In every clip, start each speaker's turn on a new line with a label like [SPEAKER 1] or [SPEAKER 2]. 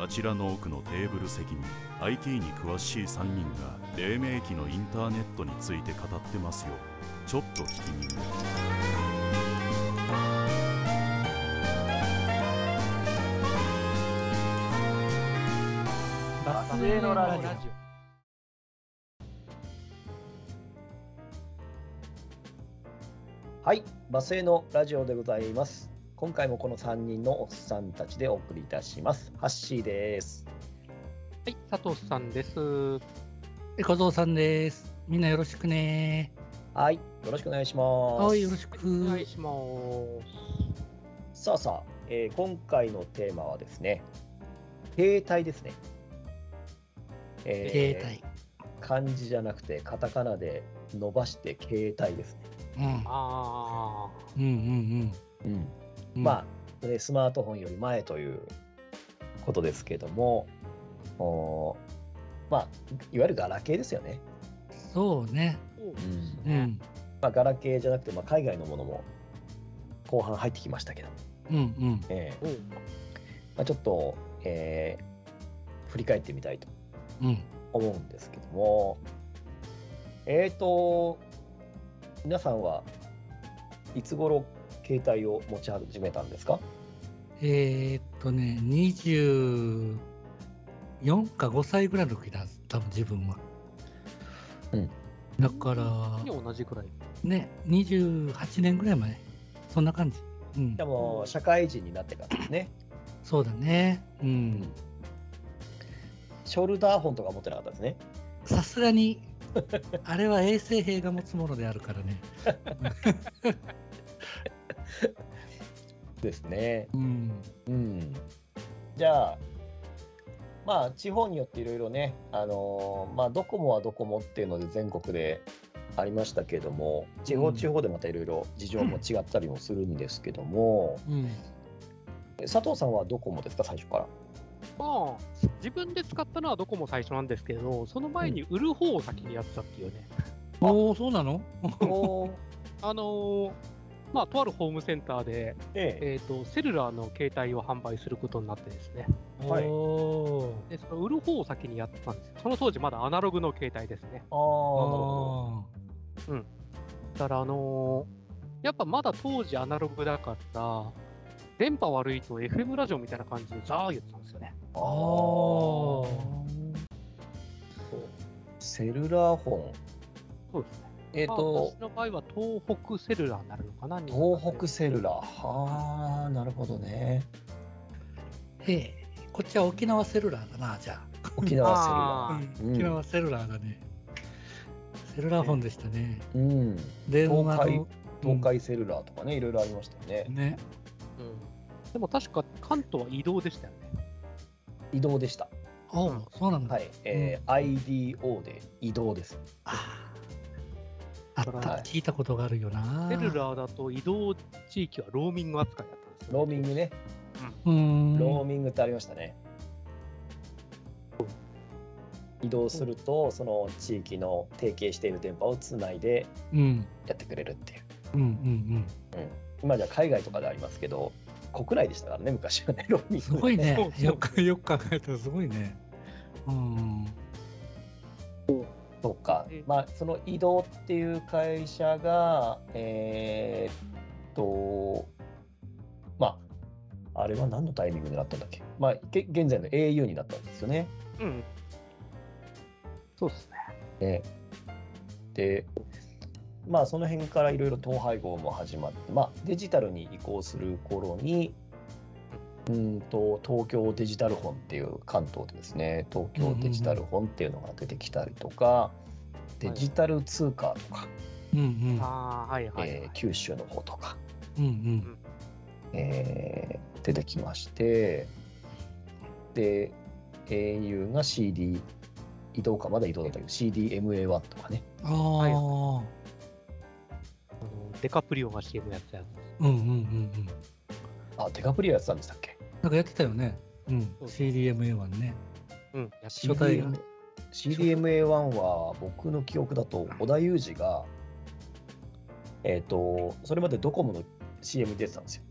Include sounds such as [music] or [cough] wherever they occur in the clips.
[SPEAKER 1] あちらの奥のテーブル席に IT に詳しい3人が黎明期のインターネットについて語ってますよちょっと聞きに
[SPEAKER 2] バスへのラジオ
[SPEAKER 3] はい、バスへのラジオでございます。今回もこの3人のおっさんたちでお送りいたします。ハッシーです。
[SPEAKER 2] はい、佐藤さんです。は
[SPEAKER 4] え小僧さんです。みんなよろしくね。
[SPEAKER 3] はい、よろしくお願いします。
[SPEAKER 4] はい、よろしく。
[SPEAKER 2] いお願いします。
[SPEAKER 3] さあさあ、えー今回のテーマはですね、携帯ですね。えー
[SPEAKER 4] 携帯。
[SPEAKER 3] 漢字じゃなくて、カタカナで伸ばして携帯ですね。
[SPEAKER 4] うん。
[SPEAKER 2] あ
[SPEAKER 4] うんうん
[SPEAKER 3] うん、
[SPEAKER 4] うん。
[SPEAKER 3] まあ、ねスマートフォンより前ということですけども、おーまあ、いわゆるガラケーですよね。
[SPEAKER 4] あ、そうね。
[SPEAKER 2] あ、そうです
[SPEAKER 4] う
[SPEAKER 2] ね。
[SPEAKER 4] ん。
[SPEAKER 3] まあ、ガラケーじゃなくて、まあ、海外のものも後半入ってきましたけど、
[SPEAKER 4] うんうん。
[SPEAKER 3] ええ
[SPEAKER 2] おう
[SPEAKER 3] まあ、ちょっと、えー振り返ってみたいと
[SPEAKER 4] うん。
[SPEAKER 3] 思うんですけども、えーと、皆さんはいつ頃携帯を持ち始めたんですか
[SPEAKER 4] えーっとね、24か5歳ぐらいの時だ、多分自分は。
[SPEAKER 3] うん。
[SPEAKER 4] だか
[SPEAKER 2] 次
[SPEAKER 4] ら、
[SPEAKER 2] 同じくらい。
[SPEAKER 4] ね、28年ぐらい前。そんな感じ。うん
[SPEAKER 3] で。も、社会人になってからですね、
[SPEAKER 4] そうだね。うん。
[SPEAKER 3] ショルダーフォンとか持ってなかったですね。
[SPEAKER 4] さすがに、あれは衛生兵が持つものであるからね。
[SPEAKER 3] ですね。
[SPEAKER 4] うん。
[SPEAKER 3] うん、じゃあ、まあ、地方によっていろいろね、あのーまあ、ドコモはドコモっていうので全国でありましたけども、地
[SPEAKER 4] う
[SPEAKER 3] 方
[SPEAKER 4] ん
[SPEAKER 3] 地方でまたいろいろ事情も違ったりもするんですけども、
[SPEAKER 4] うん。
[SPEAKER 3] 佐藤さんはドコモですか、最初から。
[SPEAKER 2] まあ、自分で使ったのはどこも最初なんですけど、その前に売る方を先にやってたっていうね。
[SPEAKER 4] おお、そうなの
[SPEAKER 3] おー
[SPEAKER 2] あのーまあ、とあるホームセンターで、
[SPEAKER 3] ええ
[SPEAKER 2] えっ、と、セルラーの携帯を販売することになってですね。
[SPEAKER 3] はい
[SPEAKER 4] おー
[SPEAKER 2] で、その売る方を先にやってたんですよ。その当時まだアナログの携帯ですね。
[SPEAKER 3] あーなるほ
[SPEAKER 4] あ
[SPEAKER 2] だからあのーやっぱまだ当時アナログだから、電波悪いと FM ラジオみたいな感じでザー言ってたんですよね。
[SPEAKER 4] あ
[SPEAKER 3] ど。あーそうセルラーフォン、
[SPEAKER 2] そうですね。
[SPEAKER 3] えっ、と
[SPEAKER 2] 私、の場合は東北セルラーになるのかな
[SPEAKER 3] 東北
[SPEAKER 2] セ
[SPEAKER 3] セルラー、はあ、なるほどね。
[SPEAKER 4] へえこっちは沖縄セルラーだなじゃ
[SPEAKER 3] 沖縄セルラ
[SPEAKER 4] あ、
[SPEAKER 2] あー
[SPEAKER 3] うん
[SPEAKER 4] 沖縄セルラーだねセルラーフォンでしたね
[SPEAKER 3] ー。うん
[SPEAKER 4] 電話
[SPEAKER 3] 東海
[SPEAKER 4] の
[SPEAKER 3] 東海セルラーとかね、いろいろありましたよ
[SPEAKER 4] うん
[SPEAKER 3] ね。
[SPEAKER 4] ね
[SPEAKER 2] うんでも確か関東は移動でしたよね。
[SPEAKER 3] 移動でした。
[SPEAKER 4] おおそうなんだ、
[SPEAKER 3] はい。えー IDO で移動です。
[SPEAKER 4] あーあった、
[SPEAKER 3] はい
[SPEAKER 4] 聞いたことがあるよな
[SPEAKER 2] セルラーだと移動地域はローミング扱いだったんですよ。
[SPEAKER 3] ローミングね。
[SPEAKER 4] うーん
[SPEAKER 3] ローミングってありましたね。移動すると、その地域の提携している電波をつないで
[SPEAKER 4] うん
[SPEAKER 3] やってくれるっていう。
[SPEAKER 4] うんうんうん
[SPEAKER 3] 今じゃ海外とかでありますけど、国内でしたからね、昔はね、ローミング、
[SPEAKER 4] すごいね
[SPEAKER 2] そうそう
[SPEAKER 4] よくよく考えたらすごいねうん
[SPEAKER 3] とか
[SPEAKER 2] うん、
[SPEAKER 3] まあ、その移動っていう会社が、えーっと、まあ、あれは何のタイミングになったんだっけ、まあ、げ現在の au になったんですよね。
[SPEAKER 2] うん。そうですね。
[SPEAKER 3] ねで、まあ、その辺からいろいろ統廃合も始まって、まあ、デジタルに移行する頃に、うーんと東京デジタル本っていう関東でですね東京デジタル本っていうのが出てきたりとか、
[SPEAKER 2] うんうん
[SPEAKER 3] デジタル通貨とか、
[SPEAKER 4] うんうん
[SPEAKER 2] ああ、はいはい、はい
[SPEAKER 3] えー九州の方とか、
[SPEAKER 4] うんうん
[SPEAKER 3] えー出てきましてで au が CD 移動かまだ移動だったけど CDMA1 とかね
[SPEAKER 4] ああ、
[SPEAKER 2] はい
[SPEAKER 4] うん
[SPEAKER 2] あのデカプリオが CM やってたやつ。
[SPEAKER 4] うんうんうん
[SPEAKER 3] あデカプリオやってたんでしたっけ
[SPEAKER 4] なんかやってたよねうん
[SPEAKER 2] そう
[SPEAKER 4] CDMA1 ね
[SPEAKER 2] うん、やって
[SPEAKER 4] 初代が
[SPEAKER 3] CDMA1 は僕の記憶だと織田裕二がえっ、とそれまでドコモの CM に出てたんですよ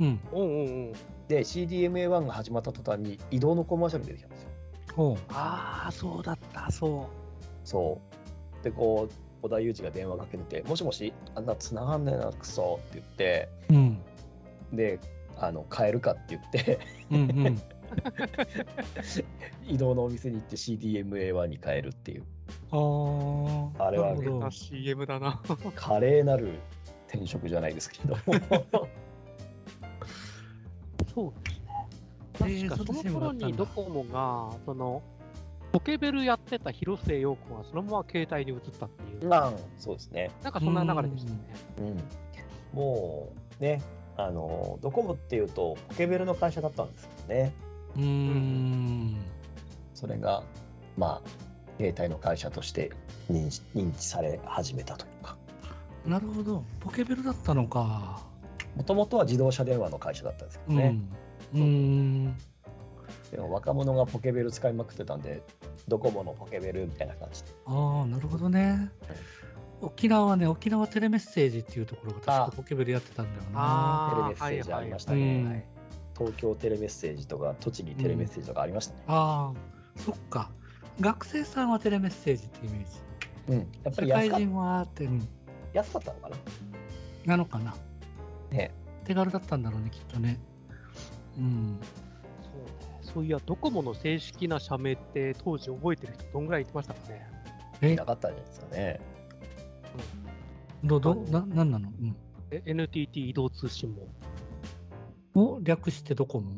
[SPEAKER 4] うん
[SPEAKER 2] おうんうんうん。
[SPEAKER 3] で CDMA1 が始まった途端に移動のコマーシャル出てきたんですよ。
[SPEAKER 4] ほう
[SPEAKER 2] ああ、そうだった、そ
[SPEAKER 3] そうでこう織田裕二が電話かけてて「もしもしあんな繋がんないなクソ」って言って
[SPEAKER 4] うん
[SPEAKER 3] であの買えるかって言って [laughs]
[SPEAKER 4] うん [laughs] うん
[SPEAKER 3] 移動のお店に行って CDMA1 に変えるっていう
[SPEAKER 4] ああ
[SPEAKER 3] あれは
[SPEAKER 2] う。
[SPEAKER 4] なる
[SPEAKER 2] 変
[SPEAKER 4] ほど
[SPEAKER 2] な CM だな。
[SPEAKER 3] 華麗なる転職じゃないですけれども
[SPEAKER 2] そう
[SPEAKER 4] [laughs]
[SPEAKER 2] です
[SPEAKER 4] え
[SPEAKER 2] ね。確
[SPEAKER 4] ー
[SPEAKER 2] かその
[SPEAKER 4] そん
[SPEAKER 2] 頃
[SPEAKER 4] な CM だった
[SPEAKER 2] に
[SPEAKER 4] んだ
[SPEAKER 2] ドコモが、その、ポケベルやってた広末陽子がそのまま携帯に移ったっていう、
[SPEAKER 3] まあそうですね、
[SPEAKER 2] なんかそんな流れでしたね。
[SPEAKER 3] うん、もうねあのドコモっていうとポケベルの会社だったんですけどね
[SPEAKER 4] うーん
[SPEAKER 3] それがまあ携帯の会社として認知認知され始めたというか
[SPEAKER 4] なるほどポケベルだったのか
[SPEAKER 3] もともとは自動車電話の会社だったんですけ
[SPEAKER 4] う
[SPEAKER 3] ど
[SPEAKER 4] ん、
[SPEAKER 3] ね、
[SPEAKER 4] うーん
[SPEAKER 3] でも若者がポケベル使いまくってたんでドコモのポケベルみたいな感じで
[SPEAKER 4] ああなるほどね沖縄はね沖縄テレメッセージっていうところが確
[SPEAKER 3] あ
[SPEAKER 4] か
[SPEAKER 3] ー
[SPEAKER 4] ポケベルやってたんだよな
[SPEAKER 3] テレメ
[SPEAKER 2] ああ、は
[SPEAKER 3] ッ
[SPEAKER 2] い
[SPEAKER 3] セージあ
[SPEAKER 2] は
[SPEAKER 3] り
[SPEAKER 2] い
[SPEAKER 3] まし。た
[SPEAKER 4] う
[SPEAKER 3] ね、
[SPEAKER 4] ん
[SPEAKER 3] 東京テレメッセージとか栃木テレメッセージとかありましたね、
[SPEAKER 4] ああそっか学生さんはテレメッセージってイメージ
[SPEAKER 3] うんやっぱ
[SPEAKER 4] 社
[SPEAKER 3] り安
[SPEAKER 4] 会
[SPEAKER 3] か
[SPEAKER 4] 人はって、うん
[SPEAKER 3] 安かったのかな
[SPEAKER 4] なのかな
[SPEAKER 3] ね
[SPEAKER 4] 手軽だったんだろうねきっとねうん
[SPEAKER 2] そうね。そういや、ドコモの正式な社名って当時覚えてる人どんぐらいいてましたかね。
[SPEAKER 4] え
[SPEAKER 3] なかったんじゃないですかね
[SPEAKER 4] どどななんなの、うん
[SPEAKER 2] え NTT 移動通信も。
[SPEAKER 4] を略してドコモ。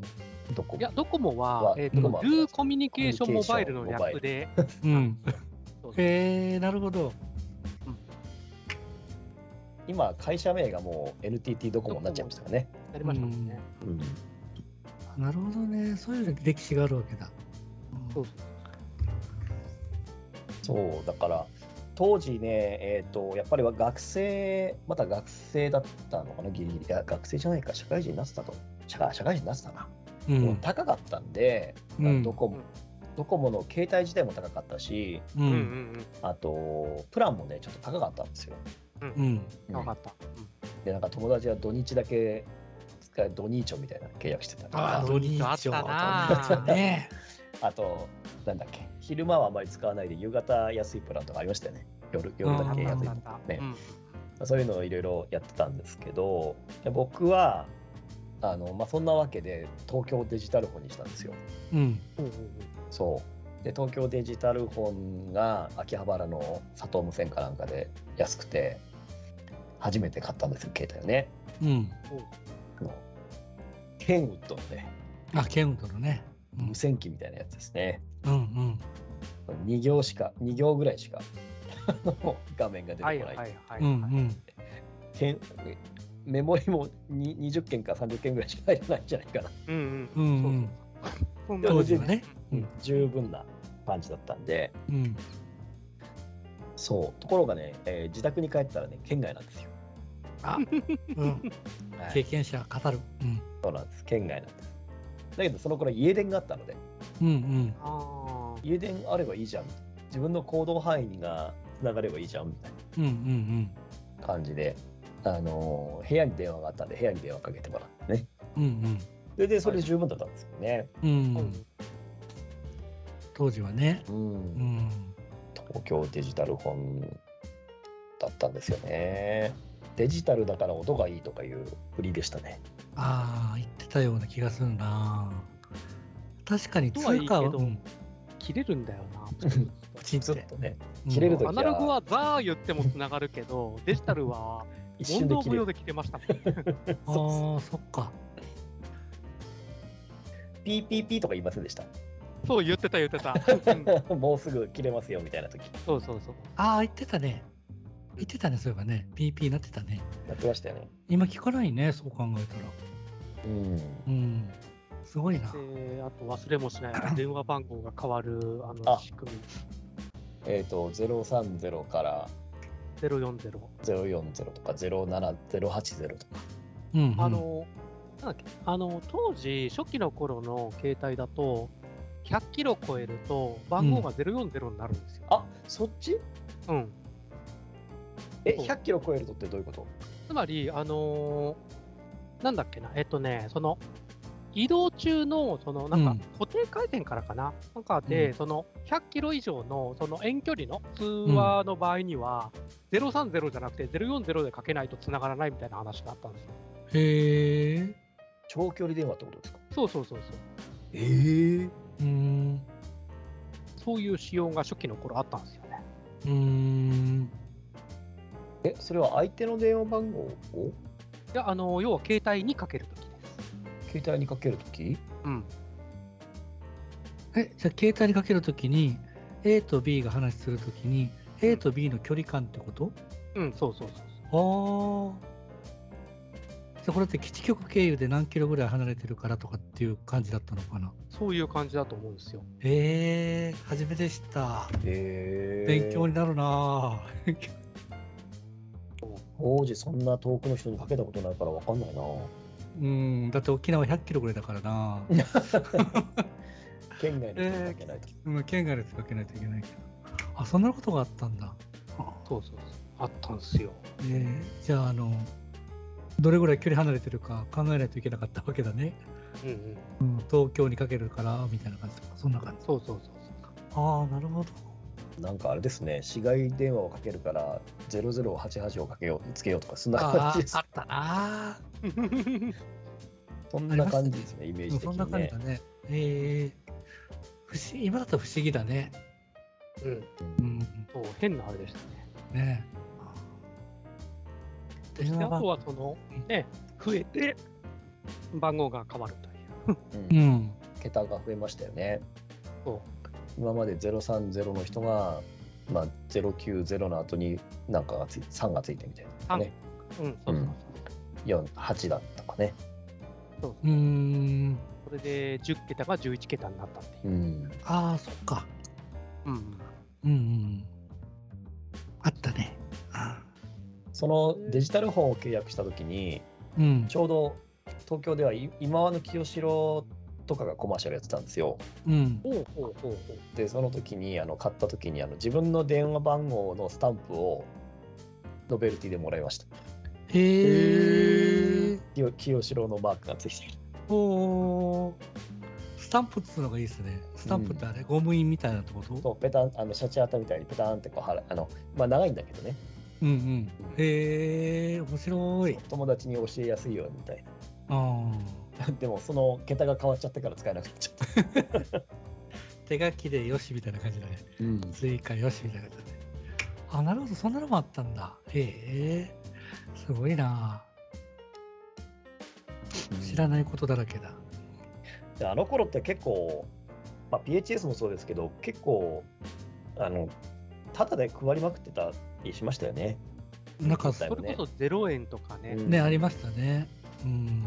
[SPEAKER 3] ドコ
[SPEAKER 2] い
[SPEAKER 3] モ
[SPEAKER 2] や、ドコモ
[SPEAKER 3] は
[SPEAKER 2] は、えっ、
[SPEAKER 4] ドコモ
[SPEAKER 2] と
[SPEAKER 3] は、
[SPEAKER 2] ルーコミュニケーションモバイルの略で、
[SPEAKER 4] うん。
[SPEAKER 2] そうそう
[SPEAKER 4] えー、なるほど。
[SPEAKER 3] 今会社名がもう NTT ドコモになっちゃいましたよね、
[SPEAKER 2] なりましたもんね。
[SPEAKER 3] うん、
[SPEAKER 4] なるほどね。そういう歴史があるわけだ。う
[SPEAKER 2] そ
[SPEAKER 4] ん
[SPEAKER 2] う
[SPEAKER 3] そうだから当時ねえっ、とやっぱりは学生まだ学生だったのかなギリギリいや学生じゃないか社会人になってたと社会社会人になってたな、
[SPEAKER 4] う。
[SPEAKER 3] もうん高かったんで、
[SPEAKER 4] うん
[SPEAKER 3] ドコモ
[SPEAKER 2] うん
[SPEAKER 3] ドコモの携帯自体も高かったし
[SPEAKER 4] う
[SPEAKER 2] うんうん
[SPEAKER 4] ん。
[SPEAKER 3] あとプランもねちょっと高かったんですよ、
[SPEAKER 2] うん
[SPEAKER 4] う
[SPEAKER 2] うん。
[SPEAKER 4] ん。
[SPEAKER 3] うん
[SPEAKER 2] 分かった。
[SPEAKER 3] でなんか友達は土日だけ使え土日帳みたいなの契約してたりと
[SPEAKER 4] あ
[SPEAKER 3] か
[SPEAKER 4] あ、
[SPEAKER 2] ド
[SPEAKER 4] 土
[SPEAKER 2] ニ
[SPEAKER 4] 日
[SPEAKER 2] ーチョあったな
[SPEAKER 4] だね。
[SPEAKER 3] あとなんだっけ昼間はあまり使わないで夕方安いプランとかありましたよね夜夜だけ
[SPEAKER 4] うん
[SPEAKER 2] あ
[SPEAKER 3] 安
[SPEAKER 2] っ
[SPEAKER 3] い
[SPEAKER 2] たあっ
[SPEAKER 3] プラン
[SPEAKER 2] たあった
[SPEAKER 3] ね
[SPEAKER 2] うん
[SPEAKER 3] そういうのをいろいろやってたんですけど、で僕は、あのまあ、そんなわけで東京デジタルフォンにしたんですよ。
[SPEAKER 4] うん。
[SPEAKER 2] うんうんうん
[SPEAKER 3] そう。で、東京デジタルフォンが秋葉原の佐藤無線かなんかで安くて、初めて買ったんですよ、携帯をね。
[SPEAKER 4] うん。
[SPEAKER 3] あのケンウッドのね、
[SPEAKER 4] あ、ケンウッドのね。うん
[SPEAKER 3] 無線機みたいなやつですね。
[SPEAKER 4] うんうん。
[SPEAKER 3] 2行しか、2行ぐらいしか、 [laughs] あの画面が出てこ
[SPEAKER 2] は
[SPEAKER 3] ないい。
[SPEAKER 2] はいはいはい。
[SPEAKER 4] うんうん。
[SPEAKER 3] けんメモリもに20件か30件ぐらいしか入れないんじゃないかな。
[SPEAKER 2] うん
[SPEAKER 4] う
[SPEAKER 2] うんん。
[SPEAKER 4] うん
[SPEAKER 2] そうそうそんな
[SPEAKER 4] 当時はね。うん
[SPEAKER 3] 十分な感じだったんで、
[SPEAKER 4] うん。
[SPEAKER 3] そう、ところがね、えー自宅に帰ったらね、県外なんですよ。
[SPEAKER 4] あ、うん。
[SPEAKER 3] は
[SPEAKER 4] 経
[SPEAKER 3] い、
[SPEAKER 4] 験者は語る。うん。
[SPEAKER 3] そうなんです、県外なんです。だけど、その頃家電があったので、
[SPEAKER 4] うん
[SPEAKER 2] あ
[SPEAKER 3] 家電あればいいじゃん。自分の行動範囲がつながればいいじゃんみたい
[SPEAKER 4] うん。うんうん
[SPEAKER 3] な感じで、あのー部屋に電話があったんで、部屋に電話かけてもらってね。
[SPEAKER 4] うん。うん
[SPEAKER 3] それで、それで十分だったんですよね。
[SPEAKER 4] う
[SPEAKER 2] あ。
[SPEAKER 4] ん。う
[SPEAKER 2] うん
[SPEAKER 4] ん。当時はね。
[SPEAKER 3] うん
[SPEAKER 4] うん。
[SPEAKER 3] 東京デジタル本だったんですよね。デジタルだから音がいいとかいう売りでしたね。
[SPEAKER 4] ああ、言ってたような気がするな。確かに
[SPEAKER 2] とはいい
[SPEAKER 4] 通貨は
[SPEAKER 2] けど
[SPEAKER 4] うん
[SPEAKER 2] 切れるんだよ [laughs] な。
[SPEAKER 4] プチン
[SPEAKER 3] ず
[SPEAKER 4] っ。
[SPEAKER 3] ってとね、
[SPEAKER 4] うん
[SPEAKER 3] 切れると
[SPEAKER 2] アナログはザー言ってもつながるけど、 [laughs] デジタルは
[SPEAKER 3] 一
[SPEAKER 2] 問
[SPEAKER 3] 瞬で
[SPEAKER 2] 答
[SPEAKER 3] 切
[SPEAKER 2] 無
[SPEAKER 3] れ
[SPEAKER 2] 用
[SPEAKER 3] る。
[SPEAKER 2] で切れましたもん。
[SPEAKER 4] ああー、そっか。
[SPEAKER 3] ピーピーピーとか言いませんでした。 [laughs]
[SPEAKER 2] そう言ってた言って [laughs] た。うん
[SPEAKER 3] もうすぐ切れますよみたいな時。
[SPEAKER 2] そうそうそう。
[SPEAKER 4] ああ、言ってたね。言ってたね、そういえばね。PP なってたね。
[SPEAKER 3] やってましたよね。
[SPEAKER 4] 今聞かないね、そう考えたら。
[SPEAKER 3] うん。
[SPEAKER 4] うん。すごいな。
[SPEAKER 2] で、あと忘れもし [laughs] ない電話番号が変わるあ
[SPEAKER 3] あ
[SPEAKER 2] の仕組み。
[SPEAKER 3] えっ、と、030から
[SPEAKER 2] 040。
[SPEAKER 3] 040とか07080とか。
[SPEAKER 4] うん、うん。
[SPEAKER 2] あ、の、なんだっけ、あの、当時、初期の頃の携帯だと、100キロ超えると、番号が040になるんですよ。
[SPEAKER 3] あそっち
[SPEAKER 2] うん。
[SPEAKER 3] え、
[SPEAKER 2] そう
[SPEAKER 3] 100キロ超えるとってどういうこと
[SPEAKER 2] つまり、あのーなんだっけな、えっとね、その、移動中の、その、なん
[SPEAKER 4] う
[SPEAKER 2] か
[SPEAKER 4] ん、
[SPEAKER 2] 固定回転からかな、なんかで、
[SPEAKER 4] うん
[SPEAKER 2] その、100キロ以上の、その遠距離の通話の場合には、030じゃなくて040でかけないと繋がらないみたいな話があったんですよ。
[SPEAKER 4] へえ。
[SPEAKER 3] 長距離電話ってことですか
[SPEAKER 2] そうそうそうそう。
[SPEAKER 3] ええ
[SPEAKER 4] うん。
[SPEAKER 2] そういう仕様が初期の頃あったんですよね。
[SPEAKER 4] うん。
[SPEAKER 3] え、それは相手の電話番号を
[SPEAKER 2] いや、あの、要は携帯にかけるときです。
[SPEAKER 3] 携帯にかけるとき
[SPEAKER 2] うん。
[SPEAKER 4] え、じゃあ携帯にかけるときに、A と B が話するときに、A と B の距離感ってこと
[SPEAKER 2] うん、そうそうそうそう。
[SPEAKER 4] ああ。じゃあこれって基地局経由で何キロぐらい離れてるからとかっていう感じだったのかな
[SPEAKER 2] そういう感じだと思うんですよ。
[SPEAKER 4] ええー、初めて知った。
[SPEAKER 3] ええ
[SPEAKER 4] 勉強になるなぁ。
[SPEAKER 3] 当時そんな遠くの人にかけたことないから分かんないな
[SPEAKER 4] うん、だって沖縄100キロぐらいだから [laughs] な
[SPEAKER 3] 県外の人にかけないと、
[SPEAKER 4] うん県外のやつかけないといけないけど。あ、そんなことがあったんだ。
[SPEAKER 2] そうそうそう。あったんですよ。
[SPEAKER 4] えーじゃあ、あの、どれぐらい距離離れてるか考えないといけなかったわけだね。
[SPEAKER 2] うんうん。
[SPEAKER 4] うん、東京にかけるから、みたいな感じとか、そんな感じ。
[SPEAKER 2] そうそうそうそう。
[SPEAKER 4] ああ、なるほど。
[SPEAKER 3] なんかあれですね市外電話をかけるから0088をかけようつけようとかそんな感
[SPEAKER 4] あ
[SPEAKER 3] じで
[SPEAKER 4] [laughs]
[SPEAKER 3] す
[SPEAKER 4] ーあったな
[SPEAKER 3] そんな感じですねイメー
[SPEAKER 4] ー
[SPEAKER 3] ジ的
[SPEAKER 4] そ
[SPEAKER 3] に
[SPEAKER 4] んな感じ
[SPEAKER 3] ね
[SPEAKER 4] だね。えー不思今だと不思議だね。
[SPEAKER 2] うん。
[SPEAKER 4] うん、
[SPEAKER 2] そう、変なあれでしたね。
[SPEAKER 4] ね
[SPEAKER 2] であ
[SPEAKER 4] え。電話
[SPEAKER 2] と
[SPEAKER 4] 番
[SPEAKER 2] はその、ね、増えて、番号が変わるという。
[SPEAKER 3] うん
[SPEAKER 4] うん。
[SPEAKER 3] 桁が増えましたよね
[SPEAKER 2] そ
[SPEAKER 3] 今まで030の人が、まあ、090の後になんかがつい3がついてみたいな、ね、
[SPEAKER 2] う。うん、そうそうそう。
[SPEAKER 3] 48だったかね
[SPEAKER 2] そう
[SPEAKER 4] うーん。
[SPEAKER 2] それで、10桁が11桁になったっていうう。
[SPEAKER 3] ん
[SPEAKER 4] ああ、そっか。
[SPEAKER 2] うんうん。
[SPEAKER 4] うんうん。あったね。
[SPEAKER 3] そのデジタル本を契約した時に
[SPEAKER 4] うん
[SPEAKER 3] ち。ょうど東京ではい今和の清志郎とかがコマーシャルやってたんですよ。
[SPEAKER 4] うん。
[SPEAKER 2] ほうほうほうほう。
[SPEAKER 3] でその時にあの買った時にあの自分の電話番号のスタンプをノベルティでもらいました。
[SPEAKER 4] へえ。
[SPEAKER 3] 清清志郎のマークがついてる。
[SPEAKER 4] おースタンプっつうのがいいですね。スタンプってあれ、ゴム印みたいなってこと
[SPEAKER 3] そうペタンあのシャチハタみたいにペタンってこう貼らあのまあ長いんだけどね。
[SPEAKER 4] うんうん。へえ、面白い
[SPEAKER 3] そう。友達に教えやすいようにみたい
[SPEAKER 4] あ
[SPEAKER 3] な。 [laughs] でもその桁が変わっちゃったから使えなくなっちゃった。 [laughs]
[SPEAKER 4] ー手書きでよしみたいな感じだね。
[SPEAKER 3] うん
[SPEAKER 4] 追加よしみたいな感じだね。あ、なるほど、そんなのもあったんだ。へえ、すごいな。知らないことだらけだ。
[SPEAKER 3] であの頃って結構、まあ、PHS もそうですけど結構あのタダで配りまくってたりしましたよね。
[SPEAKER 4] なんか、
[SPEAKER 3] だ
[SPEAKER 2] そ
[SPEAKER 3] よね
[SPEAKER 2] れこそ0円とかね、
[SPEAKER 3] うん
[SPEAKER 4] ね、ありましたね。うん。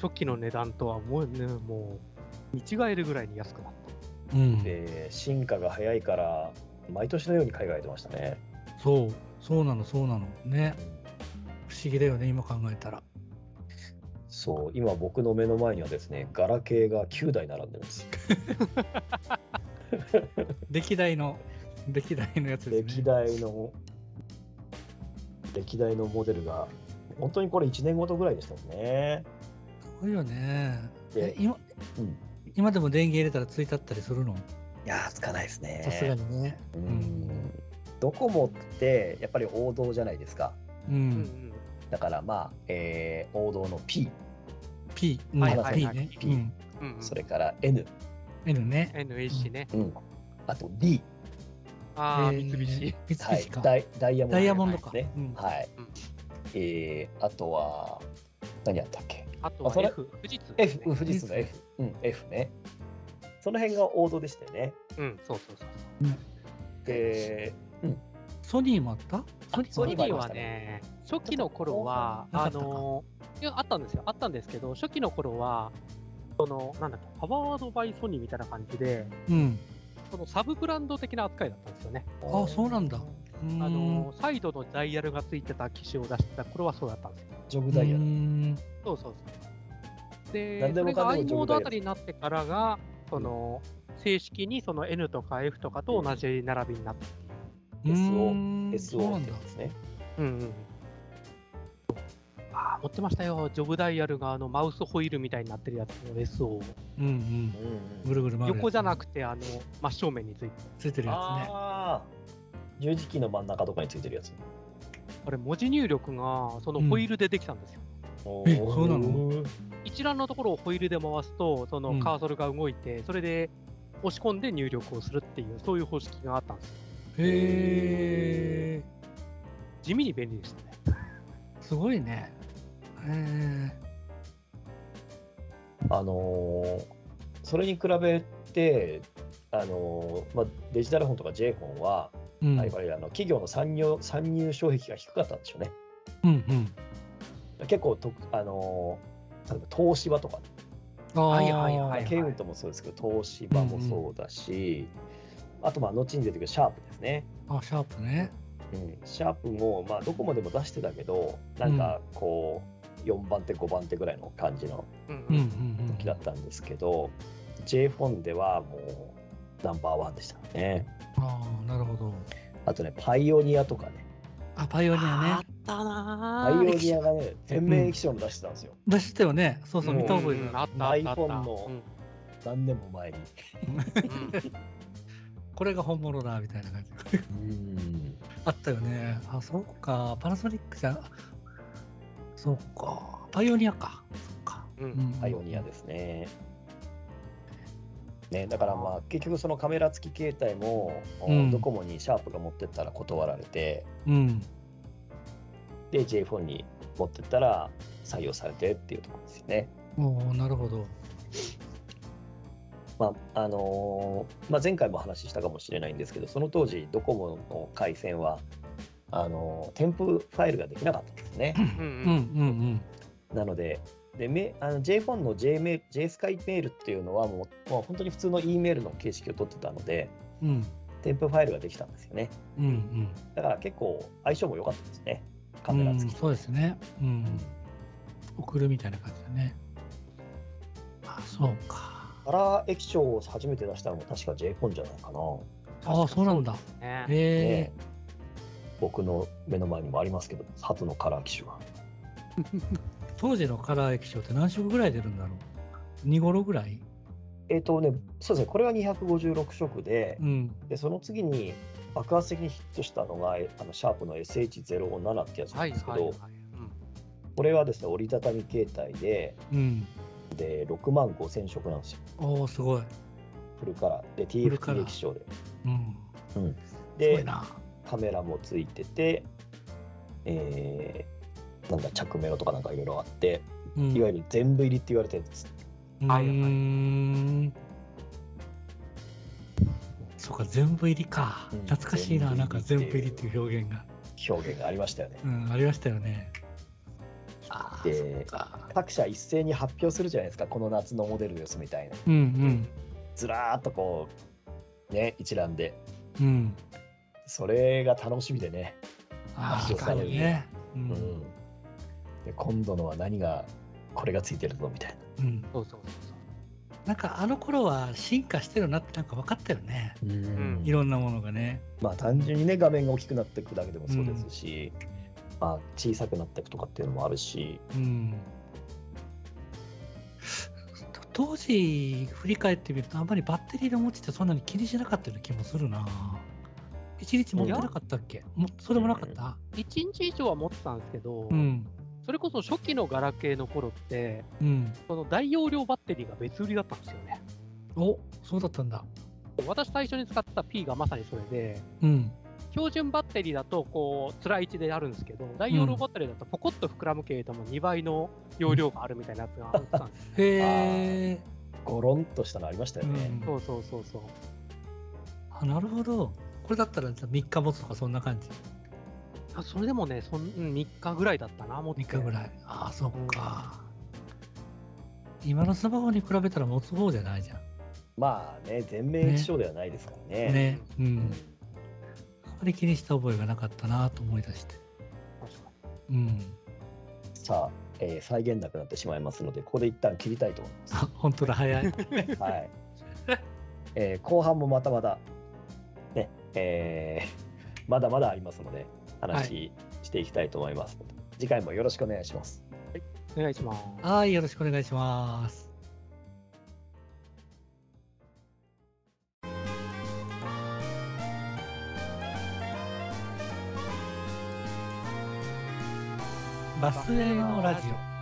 [SPEAKER 2] 初期の値段とはもうね、もう、見違えるぐらいに安くなっ
[SPEAKER 4] うん。
[SPEAKER 3] で進化が早いから毎年のように海外出ましたね。
[SPEAKER 4] そう、そうなの、そうなの。ね、不思議だよね、今考えたら。
[SPEAKER 3] そう今僕の目の前にはですねガラケーが9台並んでるんです。
[SPEAKER 4] 歴代の、歴代のやつですね。
[SPEAKER 3] 歴代の歴代のモデルが本当にこれ1年ごとぐらいでしたもんね。
[SPEAKER 4] すごいよね。
[SPEAKER 3] で
[SPEAKER 4] え今、
[SPEAKER 3] うん
[SPEAKER 4] 今でも電源入れたらついたったりするの
[SPEAKER 3] いやーつかないですね
[SPEAKER 4] さすがにね。
[SPEAKER 3] うんドコモってやっぱり王道じゃないですか。
[SPEAKER 2] た。
[SPEAKER 4] うん。
[SPEAKER 2] うんうん。
[SPEAKER 3] だからまあ、えー王道の P、
[SPEAKER 4] P、うん
[SPEAKER 2] はい
[SPEAKER 3] はい
[SPEAKER 4] P
[SPEAKER 2] はい
[SPEAKER 4] ね。
[SPEAKER 3] P
[SPEAKER 4] うん。
[SPEAKER 2] うんうん、
[SPEAKER 3] それから N、
[SPEAKER 4] N ね。
[SPEAKER 2] NEC ね。
[SPEAKER 3] あと D、
[SPEAKER 2] ああ、
[SPEAKER 4] えー
[SPEAKER 2] 三菱。。
[SPEAKER 4] 三
[SPEAKER 3] はい
[SPEAKER 4] 菱か。
[SPEAKER 3] ダイダイヤモンド
[SPEAKER 4] ダイヤモンドか。
[SPEAKER 3] ね
[SPEAKER 4] うん
[SPEAKER 3] はい
[SPEAKER 2] うん。
[SPEAKER 3] えーあとは、何やったっけ
[SPEAKER 2] あと
[SPEAKER 3] あ
[SPEAKER 2] は
[SPEAKER 3] それ
[SPEAKER 2] F、富士通です
[SPEAKER 3] ?F、
[SPEAKER 2] ね、
[SPEAKER 3] うん富士通の F。うん、F ね。その辺が王道でしたよね。
[SPEAKER 2] うん、そうそうそう
[SPEAKER 3] で、
[SPEAKER 4] ソニーもあったソニー
[SPEAKER 2] そ
[SPEAKER 3] ソ
[SPEAKER 2] う。ソニ
[SPEAKER 3] ニーも
[SPEAKER 2] ー
[SPEAKER 3] ありまし
[SPEAKER 2] は
[SPEAKER 3] た
[SPEAKER 2] ね、初期の頃は、
[SPEAKER 4] なか
[SPEAKER 2] あ
[SPEAKER 4] ったか
[SPEAKER 2] のー、いや、あったんですよ。あったんですけど、初期の頃は、その、なんだっけ、パワードバイソニーみたいな感じで、
[SPEAKER 4] うん。
[SPEAKER 2] そのサブブランド的な扱いだったんですよね。
[SPEAKER 4] あそうなんだ
[SPEAKER 2] あ
[SPEAKER 4] あ
[SPEAKER 2] のー、サイドのダイヤルがついてた機種を出してた頃はそうだったんですよ。
[SPEAKER 3] ジョブ
[SPEAKER 4] う
[SPEAKER 3] ダイヤル。
[SPEAKER 4] ーん。
[SPEAKER 2] そうそうそう。で、
[SPEAKER 3] 何
[SPEAKER 2] そ
[SPEAKER 3] でも
[SPEAKER 2] れが
[SPEAKER 3] か
[SPEAKER 2] i
[SPEAKER 3] んでも
[SPEAKER 2] モードあ
[SPEAKER 3] 上手いやつ
[SPEAKER 2] たりになってからが、その、正式にその N とか F とかと同じ並びになったっていう。
[SPEAKER 4] うーん
[SPEAKER 3] SO
[SPEAKER 4] そう
[SPEAKER 3] SO
[SPEAKER 4] な
[SPEAKER 3] っ
[SPEAKER 4] ん
[SPEAKER 3] て
[SPEAKER 4] だ
[SPEAKER 3] やつ。ですね。
[SPEAKER 2] うんうん。ああ、持ってましたよ。ジョブダイヤルがあのマウスホイールみたいになってるやつの S を。
[SPEAKER 4] うんうん
[SPEAKER 3] うんうん
[SPEAKER 4] ぐるぐる回るやつ
[SPEAKER 2] 横じゃなくて、あの、真正面について。
[SPEAKER 4] ついてるやつね
[SPEAKER 3] あー十字キーの真ん中とかについてるやつ。
[SPEAKER 2] あれ、文字入力がそのホイールでできたんですよ。
[SPEAKER 3] お
[SPEAKER 4] え
[SPEAKER 3] ー
[SPEAKER 4] そうなの
[SPEAKER 2] 一覧のところをホイールで回すと、そ
[SPEAKER 4] うん
[SPEAKER 2] のカーソルが動いて、それで押し込んで入力をするっていう、そういう方式があったんですよ。
[SPEAKER 4] へえ
[SPEAKER 2] 地味に便利でしたね。
[SPEAKER 4] すごいねへえ
[SPEAKER 3] あのーそれに比べて、あのーまあ、デジタルフォンとか J フォンは、
[SPEAKER 4] うん、
[SPEAKER 3] やっぱりあの企業の参入参入障壁が低かったんでしょうね。
[SPEAKER 4] うんうん
[SPEAKER 3] 結構と、あのー例えば東芝とか、
[SPEAKER 4] ああ
[SPEAKER 2] はいはいはい
[SPEAKER 3] ケイウントもそうですけど、東芝もそうだし、あとまあ後に出てくるシャープですね。
[SPEAKER 4] あシャープね
[SPEAKER 3] うんシャープも、まあ、どこまでも出してたけど、なんかこう、4番手、5番手ぐらいの感じの
[SPEAKER 2] うん
[SPEAKER 4] うんうんうん
[SPEAKER 3] 時だったんですけど、J フォンではもうナンバーワンでしたね。
[SPEAKER 4] ああなるほど
[SPEAKER 3] あとね、パイオニアとかね、
[SPEAKER 4] あパイオニア
[SPEAKER 2] あ
[SPEAKER 4] ね
[SPEAKER 2] ったな
[SPEAKER 3] パイ
[SPEAKER 2] ぁ
[SPEAKER 3] オニアがね、全面液晶も出してたんですよ、
[SPEAKER 4] 出してたよねそうそう
[SPEAKER 3] うん
[SPEAKER 4] 見た覚え
[SPEAKER 2] うん
[SPEAKER 4] が
[SPEAKER 2] あ
[SPEAKER 4] ある
[SPEAKER 2] ったあったあった。
[SPEAKER 3] iPhone の
[SPEAKER 2] うん
[SPEAKER 3] 何年も前に。
[SPEAKER 2] うん
[SPEAKER 4] これが本物だみたいな感じ
[SPEAKER 3] うん
[SPEAKER 4] あったよねあそうかパナソニックじゃそうかパイオニアかそうか、
[SPEAKER 2] うん
[SPEAKER 4] うん
[SPEAKER 3] パイオニアですね。ね、だからまあ結局そのカメラ付き携帯も、
[SPEAKER 4] うん
[SPEAKER 3] ドコモにシャープが持ってったら断られて
[SPEAKER 4] うん
[SPEAKER 3] で J フォンに持ってったら採用されてっていうところですよね。
[SPEAKER 4] おおなるほど
[SPEAKER 3] まああのーまあ、前回も話したかもしれないんですけど、その当時、ドコモの回線は、あのー添付ファイルができなかったんですね。
[SPEAKER 2] う
[SPEAKER 4] うんんう
[SPEAKER 2] うんん
[SPEAKER 3] なので、でめあの JFON の J メール J スカイメールっていうのはもう、もう本当に普通の E メールの形式を取ってたので、
[SPEAKER 4] うんうん
[SPEAKER 3] 添付ファイルができたんですよね。
[SPEAKER 4] うんうん
[SPEAKER 3] だから結構相性も良かったですね、カメラ付き。
[SPEAKER 4] うんそうですねうん送るみたいな感じだねあそうか
[SPEAKER 3] カラー液晶を初めて出したのも確か JFON じゃないかな。
[SPEAKER 4] ああそうなんだ
[SPEAKER 2] ね
[SPEAKER 4] へえ
[SPEAKER 3] ね僕の目の前にもありますけど、初のカラー機種は。
[SPEAKER 4] 当時のカラー液晶って何色ぐらい出るんだろう2頃ぐらい
[SPEAKER 3] えっ、とね、そうですね、これは256色で、
[SPEAKER 4] うん
[SPEAKER 3] でその次に爆発的にヒットしたのが、えあのシャープの SH07 ってやつな
[SPEAKER 2] は
[SPEAKER 3] ん
[SPEAKER 2] い
[SPEAKER 3] ですけど、
[SPEAKER 2] はいはい。
[SPEAKER 3] これはですね、折りたたみ携帯で、
[SPEAKER 4] うん
[SPEAKER 3] で6万5000色なんですよ、
[SPEAKER 4] おおすごい
[SPEAKER 3] フルカラーで、
[SPEAKER 4] フルカラー
[SPEAKER 3] TFT 液晶で。
[SPEAKER 4] うんすごい
[SPEAKER 3] で、
[SPEAKER 4] な
[SPEAKER 3] カメラもついてて、えーなんだ、着メロとかなんかいろいろあって、
[SPEAKER 4] い
[SPEAKER 3] いわゆる全部入りって言われてるんです。
[SPEAKER 2] はいはいう
[SPEAKER 4] ーんそうか全部入りか
[SPEAKER 3] うん
[SPEAKER 4] 懐かしいな、
[SPEAKER 3] 全部入り
[SPEAKER 4] なんか全部入りっていう表現が、
[SPEAKER 3] 表現がありましたよね。
[SPEAKER 4] うん、ありましたよねああ
[SPEAKER 3] で
[SPEAKER 4] そっか
[SPEAKER 3] 各社一斉に発表するじゃないですか、この夏のモデルですみたいな。
[SPEAKER 4] うん
[SPEAKER 3] ずらーっとこう、ね、一覧で。
[SPEAKER 4] うんうん
[SPEAKER 3] それが楽しみでね。
[SPEAKER 4] ああ
[SPEAKER 3] そう
[SPEAKER 4] わかるよねう
[SPEAKER 3] うんんで今度のは何がこれがついてるぞみたいな。
[SPEAKER 4] うん
[SPEAKER 2] そうそうそう
[SPEAKER 4] なんかあの頃は進化してるなってなんか分かったよね
[SPEAKER 2] ん
[SPEAKER 4] いろんなものがね
[SPEAKER 3] まあ単純にね画面が大きくなっていくだけでもそうですし、まあ、小さくなっていくとかっていうのもあるし、
[SPEAKER 4] うんと当時振り返ってみるとあんまりバッテリーの持ちってそんなに気にしなかったような気もするな一日持ってなかったっけもそれもなかった
[SPEAKER 2] そう。一日以上は持ってたんですけど、
[SPEAKER 4] うん
[SPEAKER 2] それこそ初期のガラケーの頃って、
[SPEAKER 4] うん
[SPEAKER 2] その大容量バッテリーが別売りだったんですよね。
[SPEAKER 4] おそうだったんだ
[SPEAKER 2] 私最初に使った P がまさにそれで、
[SPEAKER 4] うん
[SPEAKER 2] 標準バッテリーだとこう辛い位置であるんですけど、大容量バッテリーだとポコッと膨らむけれども2倍の容量があるみたいなやつがあったんですよ。
[SPEAKER 4] へえ
[SPEAKER 3] ゴロンとしたのありましたよね。
[SPEAKER 2] そうそうそうそう。
[SPEAKER 4] あなるほどこれだったら3日持つとかそんな感じ
[SPEAKER 2] あそれでもね、そんうん3日ぐらいだったな、も
[SPEAKER 4] 3日ぐ
[SPEAKER 2] い。
[SPEAKER 4] らいああそっか、今のスマホに比べたら持つ方じゃないじゃん
[SPEAKER 3] まあね、全面液晶ではないですからね。
[SPEAKER 4] ねう
[SPEAKER 3] うんん
[SPEAKER 4] あまり気にした覚えがなかったなと思い出して。
[SPEAKER 2] 確か
[SPEAKER 4] [laughs] うん。
[SPEAKER 3] さあ、えー再現なくなってしまいますので、ここで一旦切りたいと思います。
[SPEAKER 4] あ、本当だ、早い。
[SPEAKER 3] はい。えー後半もまたまた、ね、えーまだまだありますので、話していきたいと思います。次回もよろしくお願いします。
[SPEAKER 2] はいお願いします。
[SPEAKER 4] はい、よろしくお願いします。バスへのラジオ。